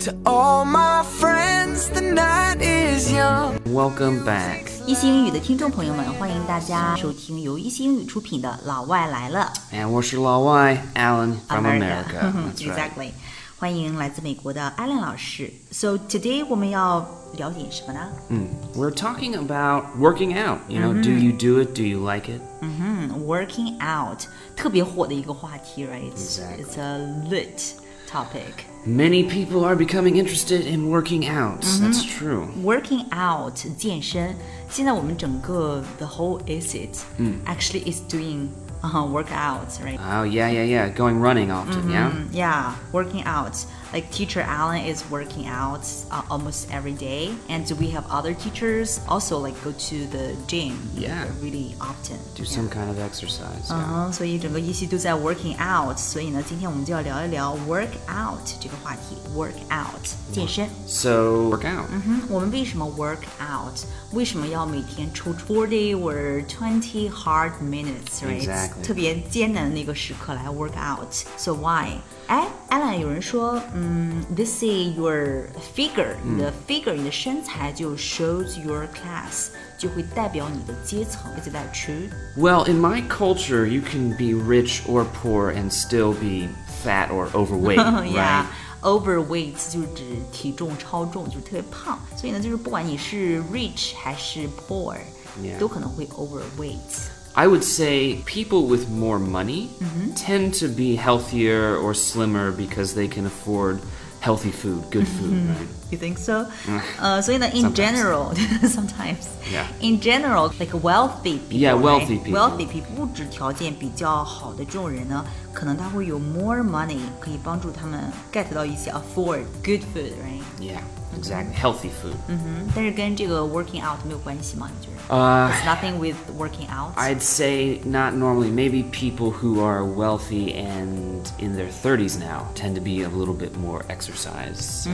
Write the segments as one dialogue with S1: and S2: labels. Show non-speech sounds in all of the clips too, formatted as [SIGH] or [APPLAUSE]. S1: To all my friends, the night is young.
S2: Welcome back。
S3: 一心英语的听众朋友们，欢迎大家收听由一心英语出品的《老外来了
S2: And 我是老外 Alan from America. That's right.
S3: exactly，欢迎来自美国的 Allen 老师。So today 我们要聊点什么呢？
S2: We're talking about working out. You know, do you do it? Do you like it?
S3: 嗯，working out 特别火的一个话题，right？It's
S2: Exactly.
S3: it's a lit topic。
S2: Many people are becoming interested in working out. That's true.
S3: Working out 健身，现在我们整个 the whole is it，嗯，actually is doing、workouts，right？
S2: Oh yeah, yeah, yeah. Going running often.
S3: Mm-hmm.
S2: Yeah.
S3: Mm, Yeah, working out. Like teacher Alan is working out uh, almost every day, and we have other teachers also like go to the gym.
S2: Yeah.
S3: like, really often. Uh-huh,
S2: Do some kind of exercise. yeah.
S3: 嗯，所以整个一系都在 working out，所以呢，今天我们就要聊一聊 work out 这个话题。work out 健身，
S2: So work out.
S3: 嗯，我们为什么 work out？为什么要每天抽 forty or twenty hard minutes？right？、
S2: Exactly
S3: 特别艰难的那个时刻来 work out？So why？哎，Alan，有人说，嗯，they say your figure，你
S2: 嗯
S3: 的 figure，你的身材就 shows your class，就会代表你的阶层。Is that true？
S2: Well, in my culture, you can be rich or poor and still be fat or
S3: [LAUGHS]
S2: overweight, [LAUGHS]
S3: 嗯
S2: right?
S3: 呀、Overweight 就是指体重超重，就是特别胖。所以呢，就是不管你是 rich 还是 poor，、
S2: Yeah
S3: 都可能会 overweight。
S2: I would say people with more money tend to be healthier or slimmer because they can afford healthy food, good food, right?
S3: You think so? Uh, so in, the- in
S2: Sometimes.
S3: general, [LAUGHS] sometimes.
S2: Yeah.
S3: In general, like wealthy people.
S2: Yeah, wealthy
S3: right?
S2: people.
S3: Wealthy people 物质条件比较好的这种人呢，可能他会有 more money，可以帮助他们 get 到一些 afford good food, right？
S2: [LAUGHS] Yeah, exactly. Healthy food.
S3: 嗯，但是跟这个 working out 没有关系吗？你觉得
S2: Uh,
S3: ？It's nothing with working out.
S2: I'd say not normally. Maybe people who are wealthy and in their 30s now tend to be a little bit more exercise. uh,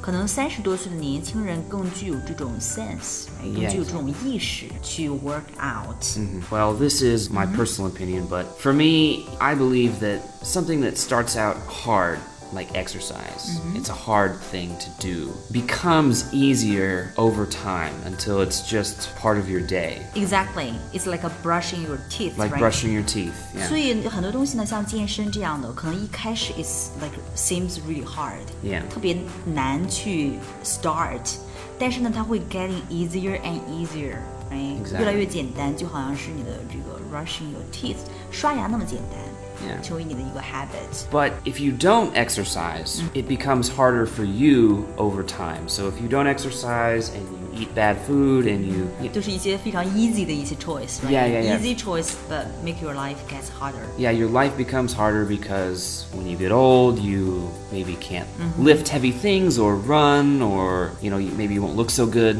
S3: 可能三十多岁的年轻人更具有这种 sense，、right? 更
S2: Yeah,
S3: 具有这种意识去 work out。
S2: Mm-hmm. Well, this is my personal opinion, but for me, I believe that something that starts out hard, like exercise, it's a hard thing to do, becomes easier over time until it's just part of your day,
S3: Exactly, it's like a brushing your teeth,
S2: like
S3: right?
S2: brushing your teeth. Yeah.
S3: 所以很多东西呢，像健身这样的，可能一开始 is like seems really hard，、
S2: Yeah.
S3: 特别难去 start，但是呢，它会 getting easier and easier，哎、
S2: Exactly.
S3: 越来越简单，就好像是你的这个 brushing your teeth 刷牙那么简单
S2: Yeah.
S3: 成为你的一个 habit。
S2: But if you don't exercise, it becomes harder for you over time. So if you don't exercise and you eat bad food and you
S3: 就是一些非常 easy 的一些 choice，right?
S2: Yeah, yeah, yeah.
S3: easy choice but make your life gets harder。
S2: yeah, your life becomes harder because when you get old, you maybe can't
S3: Mm-hmm.
S2: lift heavy things or run, or you know, you, maybe you won't look so good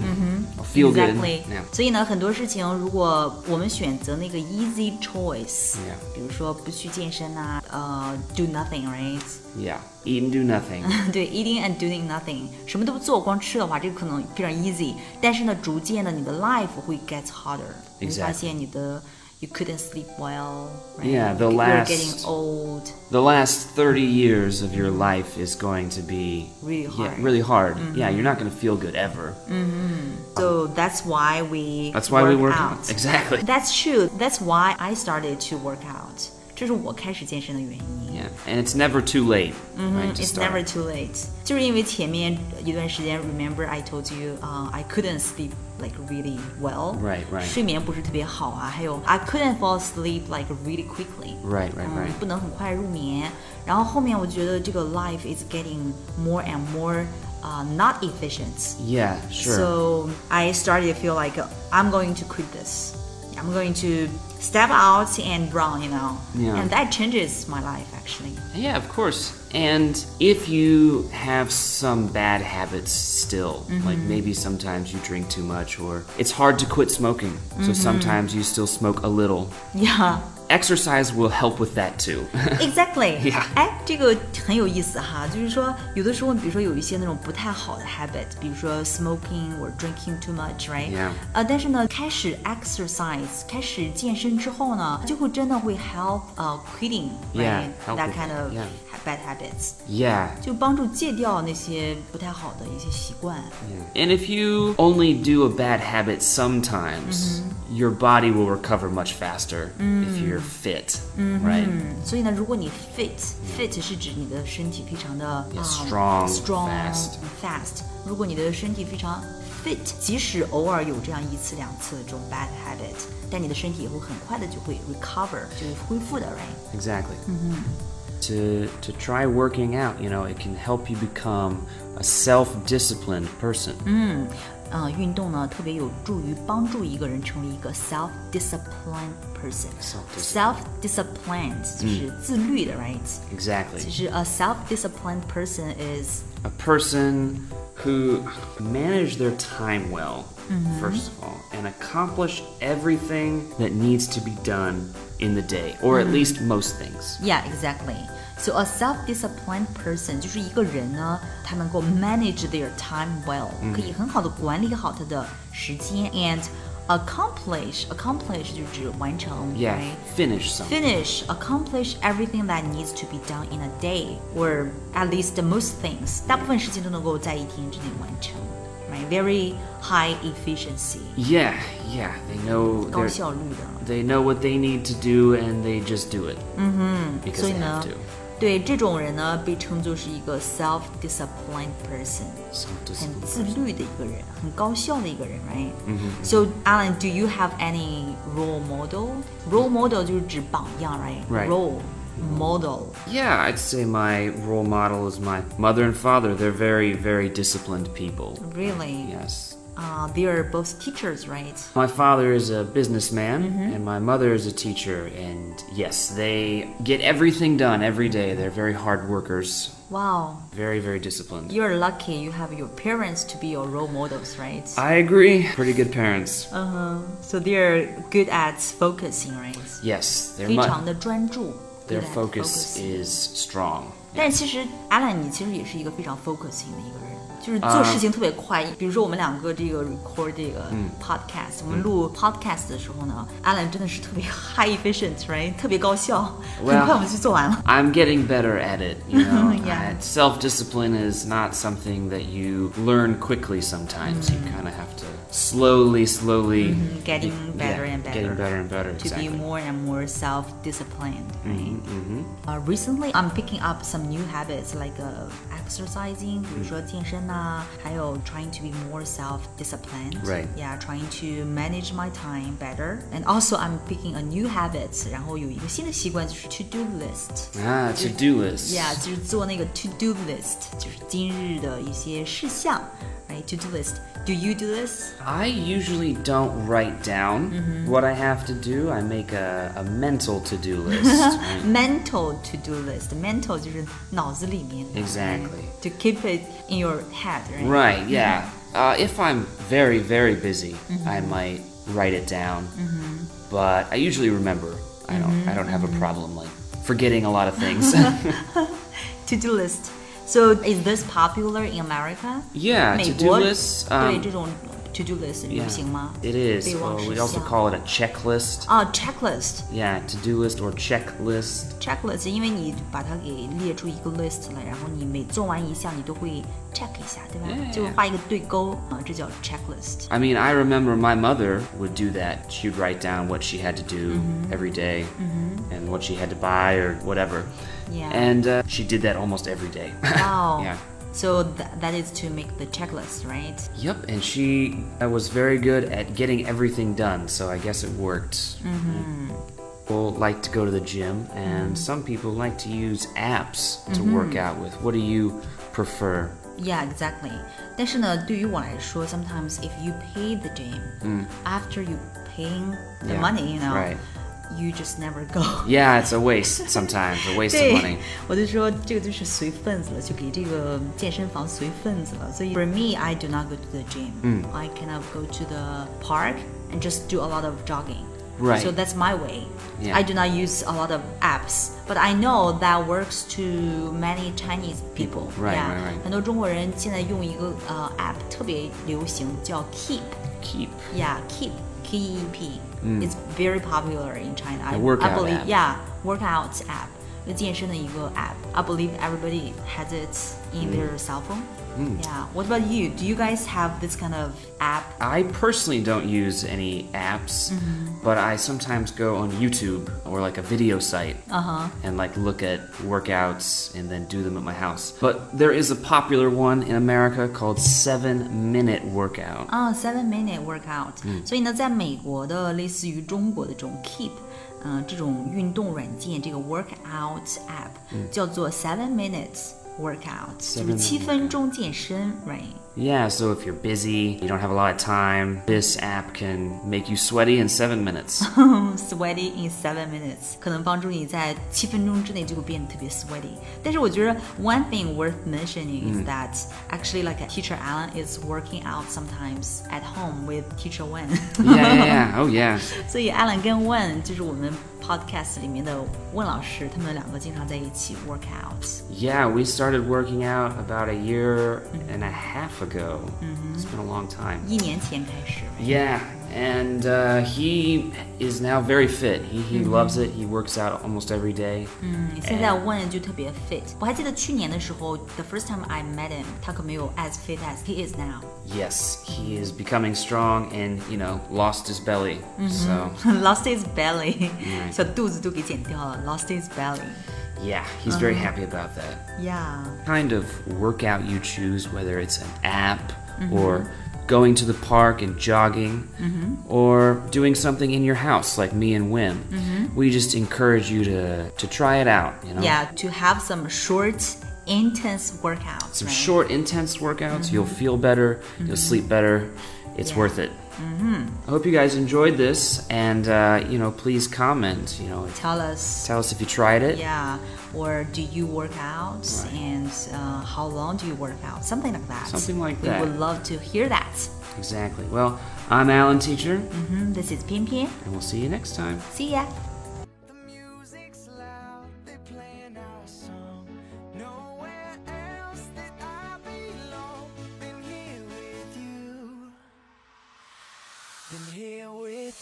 S2: or feel
S3: Mm-hmm. Exactly，
S2: good. Yeah.
S3: 所以呢，很多事情如果我们选择那个 easy choice，
S2: Yeah.
S3: 比如说不去健身呐，呃，do nothing，right？
S2: yeah, eat and do nothing.
S3: [LAUGHS] 对，eating and doing nothing，什么都不做，光吃的话，这个可能非常 easy。但是呢，逐渐的你的 life 会 get harder，你会
S2: Exactly
S3: 发现你的 you couldn't sleep well，right？
S2: Yeah, the
S3: you're
S2: last-
S3: getting old。
S2: the last 30 years of your life is going to be yeah,
S3: Really hard. Mm-hmm.
S2: really hard. Yeah, you're not going to feel good ever.
S3: So that's why we
S2: That's why we work
S3: out.
S2: out. [LAUGHS] Exactly.
S3: That's true. That's why I started to work out. 这是我开始健身的原因。
S2: Yeah, and it's never too late. right, to
S3: Mm-hmm. Mm, It's
S2: start.
S3: never too late. 就是因为前面一段时间，remember I told you, uh, I couldn't sleep like really well.
S2: Right, right.
S3: 睡眠不是特别好啊，还有 I couldn't fall asleep like really quickly.
S2: Right, right,
S3: 嗯
S2: right.，
S3: 不能很快入眠。然后后面我觉得这个 life is getting more and more, uh, not efficient.
S2: Yeah, sure.
S3: So I started to feel like uh, I'm going to quit this. I'm going to step out and run, you know.
S2: Yeah.
S3: And that changes my life actually. [LAUGHS]
S2: Yeah, of course. And if you have some bad habits still, like maybe sometimes you drink too much or it's hard to quit smoking. So sometimes you still smoke a little.
S3: Yeah.
S2: exercise will help with that too. [LAUGHS]
S3: Exactly，
S2: Yeah
S3: 哎，这个很有意思哈，就是说有的时候，比如说有一些那种不太好的 habit，比如说 smoking or drinking too much，right？
S2: Yeah
S3: 呃，但是呢，开始 exercise，开始健身之后呢，就会真的会 help
S2: Yeah，
S3: 呃
S2: help
S3: quitting，right？That
S2: with
S3: kind of
S2: it，yeah
S3: bad habits，
S2: yeah.
S3: 就帮助戒掉那些不太好的一些习惯。
S2: And if you only do a bad habit sometimes, your body will recover much faster if you're fit, right?
S3: 嗯所以呢，如果你 fit，fit 是指你的身体非常的
S2: 嗯 Yeah,
S3: 嗯
S2: strong,
S3: strong
S2: fast.
S3: fast。如果你的身体非常 fit，即使偶尔有这样一次两次这种 bad habit，但你的身体也会很快的就会 recover，就是恢复的，right？
S2: Exactly. To to try working out, you know, it can help you become a self-disciplined person.
S3: 呃，运动呢特别有助于帮助一个人成为一个 self disciplined person。self
S2: 嗯
S3: disciplined 就是自律的，right？
S2: Exactly.
S3: 其实 a self disciplined person is
S2: a person who manage their time well, first of all, and accomplish everything that needs to be done in the day, or at least most things.
S3: Yeah, exactly. So a self-disciplined person 就是一个人呢，他能够 manage their time well，、可以很好的管理好他的时间，and accomplish accomplish 就是指完成
S2: Yeah,
S3: right?
S2: finish something.
S3: Finish, accomplish everything that needs to be done in a day, or at least the most things. 大部分事情都能够在一天之内完成，right? Very high efficiency，
S2: yeah, yeah, they know
S3: 高
S2: they're-
S3: 效率的。
S2: they know what they need to do and they just do it. Mm-hmm. Because
S3: 所以
S2: they
S3: 呢
S2: have to.，
S3: 对这种人呢，被称作是一个 self-disciplined person，很
S2: Self-discipline
S3: 自律的一个人，很高效的一个人，right？、So Alan, do you have any role model? Role model 就是指榜样，right?
S2: Right.
S3: Role model.
S2: Yeah, I'd say my role model is my mother and father. They're very, very disciplined people.
S3: Really?
S2: Yes.
S3: Uh, they are both teachers, right?
S2: My father is a businessman
S3: Mm-hmm.
S2: and my mother is a teacher and yes, they get everything done every day. They're very hard workers,
S3: Wow,
S2: very very disciplined.
S3: you're lucky. You have your parents to be your role models, right?
S2: I agree. Pretty good parents.
S3: Uh huh. So they're good at focusing, right?
S2: Yes, their
S3: 非
S2: mu-
S3: 常的专注。
S2: their
S3: good at
S2: focus
S3: focusing.
S2: is strong.
S3: 但其实 Alan，你其实也是一个非常 focusing 的一个人，就是
S2: 啊
S3: 做事情特别快。比如说我们两个这个 record 这个
S2: 嗯
S3: podcast，、我们录 podcast 的时候呢、a l a n 真的是特别 high [LAUGHS] efficient，right？特别高效，很
S2: Well-
S3: 快我们就做完了。
S2: I'm getting better at it, you
S3: [LAUGHS]
S2: know.
S3: Yeah.
S2: Uh, self-discipline is not something that you learn quickly sometimes. You
S3: Mm-hmm.
S2: kind of have to slowly slowly
S3: Getting better and better.
S2: Getting better and better.
S3: To
S2: exactly. Mm-hmm. 嗯
S3: be more and more self-disciplined, right? Uh, recently, I'm picking up some new habits like uh,
S2: Hmm.
S3: exercising, 比如说健身呐、还有 trying to be more self-disciplined.
S2: Right.
S3: Yeah, trying to manage my time better. And also, I'm picking a new habit. 然后有一个新的习惯就是 to do list.
S2: Ah, to-do list.
S3: Yeah，就是做那个 to do list，就是今日的一些事项。Right, to do list. Do you do this?
S2: I usually don't write down what I have to do. I make a, a mental to do list.
S3: mental to do list. Mental 就是脑子里面的
S2: Exactly.
S3: right? To keep it in your head, right?
S2: right, yeah. Uh, if I'm very, very busy, I might write it down. But I usually remember. I don't, I don't have a problem like forgetting a lot of things. [LAUGHS]
S3: To do list. So is this popular in America?
S2: yeah,
S3: 美
S2: to
S3: 国
S2: do lists.
S3: 对
S2: Uh, Um,
S3: 这种 to do list 流
S2: yeah,
S3: 行吗？
S2: it is.
S3: 备忘
S2: Well,
S3: 事
S2: we
S3: 项
S2: also call it a checklist.
S3: 啊、checklist Oh,
S2: Yeah, to do list or checklist.
S3: checklist，因为你把它给列出一个 list 来，然后你每做完一项，你都会 check 一下，对吧
S2: Yeah, yeah,
S3: 就画一个对勾啊、这叫 checklist。
S2: I mean, I remember my mother would do that. She'd write down what she had to do
S3: Mm-hmm.
S2: every day and what she had to buy or whatever.
S3: Yeah. Oh.
S2: And [LAUGHS] uh, she did that almost every
S3: [LAUGHS]
S2: day.
S3: Wow.
S2: Yeah.
S3: So th that is to make the checklist, right?
S2: yep, and she uh, was very good at getting everything done, so I guess it worked.
S3: Mm-hmm.
S2: People like to go to the gym, and some people like to use apps to
S3: Mm-hmm.
S2: work out with. What do you prefer?
S3: Yeah, exactly. 但是呢，对于我来说，sometimes if you pay the gym, after you paying the
S2: Mm. Yeah,
S3: money, you know,
S2: right.
S3: you just never go. [LAUGHS]
S2: Yeah, it's a waste sometimes, a waste of
S3: 对
S2: money.，
S3: 我就说这个就是随份子了，就给这个健身房随份子了。所以 for me, I do not go to the gym. I cannot go to the park and just do a lot of jogging.
S2: Right.
S3: So that's my way.
S2: Yeah.
S3: I do not use a lot of apps, but I know that works to many Chinese people.
S2: Right,
S3: yeah.
S2: right, right.
S3: 很多中国人现在用一个呃 app 特别流行，叫 Keep。
S2: Keep.
S3: Yeah, Keep. K E P. It's very popular in China. I,
S2: A Mm. workout
S3: I believe.
S2: app.
S3: Yeah, workout app. 就健身的一个 app. I believe everybody has it
S2: Mm.
S3: in their cell phone. Yeah. What about you? Do you guys have this kind of app?
S2: I personally don't use any apps, but I sometimes go on YouTube or like a video site and like look at workouts and then do them at my house. But there is a popular one in America called 7 Minute Workout.
S3: 啊、s e v e n minute workout、所以
S2: Mm.
S3: 呢，在美国的类似于中国的这种 Keep，嗯、这种运动软件，这个 workout app、叫
S2: Mm.
S3: 做 Seven Minutes Workout，就是七分钟健身，right？
S2: Yeah, so if you're busy, you don't have a lot of time, this app can make you sweaty in 7 minutes.
S3: [LAUGHS] sweaty in seven minutes，可能帮助你在七分钟之内就会变得特别 sweaty。但是我觉得 one thing worth mentioning is that、actually like teacher Alan is working out sometimes at home with teacher Wen。 [LAUGHS]
S2: yeah, yeah, yeah. Oh, yeah.
S3: 所以 Alan 跟 Wen 就是我们 podcast 里面的问老师，他们两个经常在一起 work out。
S2: Yeah, we started working out about a year and a half ago. It's been a long time.
S3: 一年前开始
S2: Yeah, and uh, he is now very fit. He, he loves it. He works out almost every day.
S3: 嗯，现在 Wen 就特别 fit。我还记得去年的时候，the first time I met him，他可没有 as fit as he is now，
S2: Yes, he is becoming strong and, you know, lost his belly. So,
S3: [LAUGHS] lost his belly，小肚子都给减掉了，lost his belly。
S2: yeah, he's very happy about that.
S3: Yeah，
S2: Kind of workout you choose, whether it's an app or going to the park and jogging or doing something in your house like me and Wim. We just encourage you to, to try it out, you know?
S3: yeah, to have some short, intense workouts.
S2: some
S3: right?
S2: short, intense workouts. You'll feel better, you'll sleep better. It's
S3: Mm-hmm. Yeah.
S2: worth it.
S3: Mm-hmm.
S2: I hope you guys enjoyed this, and uh, you know, please comment. You know,
S3: Tell us
S2: tell us if you tried it.
S3: Yeah, or do you work out? And uh, how long do you work out? Something like that.
S2: Something like
S3: we
S2: that.
S3: would love to hear that.
S2: Exactly. Well, I'm Alan Teacher,
S3: Mhm, This is Pian Pian.
S2: and we'll see you next time.
S3: See ya.
S1: The music's loud, they're playing our song. Nowhere else that I belong than here with you. Than here with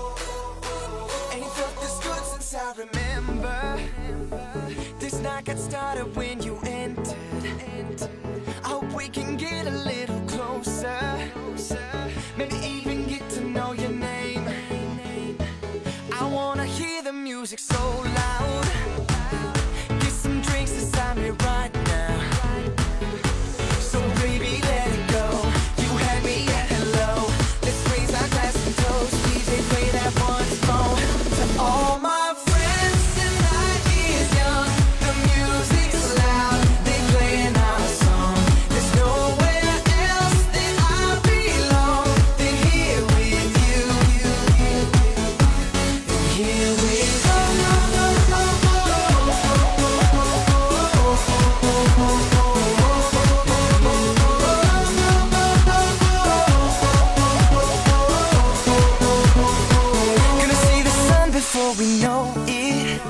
S1: you. Ain't felt this good since I remember. This night got started when you entered. I hope we can get a little closer. Maybe even get to know your name. I wanna hear the music so loud. Get some drinks inside me right now. So baby, let it go. You had me at hello. Let's raise our glass and toast. DJ, play that once more. To all my friends, tonight is young. The music's loud. They playing our song. There's nowhere else that I belong than here with you. Than Here with Gonna see the sun before we know it.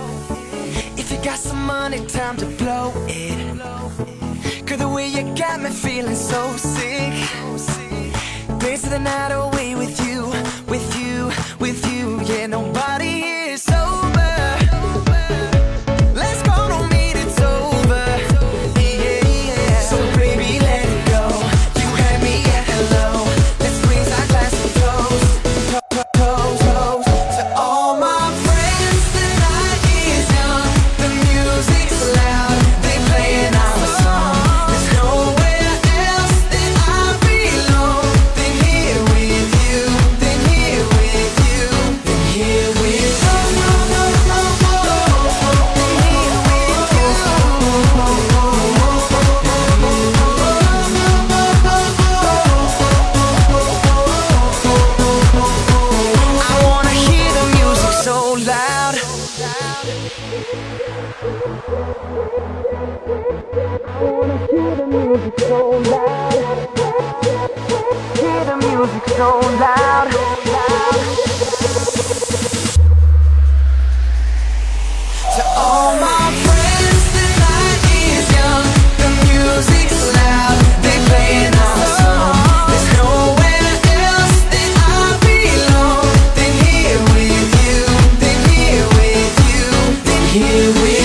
S1: If you got some money, time to blow it. Cause the way you got me feeling so sick. Dancing the night away with you, with you, with you. Yeah, nobody here is sober. Let's go, don't mean it's over. Yeah, yeah. So baby, let it go. You had me at hello. Let's raise our glass and toast. To all my friends, the night is young. The music's loud. They playing our song. There's nowhere else that I belong than here with you. so loud. Hear the music so loud. To all my friends, the night is young. The music's loud. They playing our song. There's nowhere else that I belong than here with you. Than here with you. Than here with.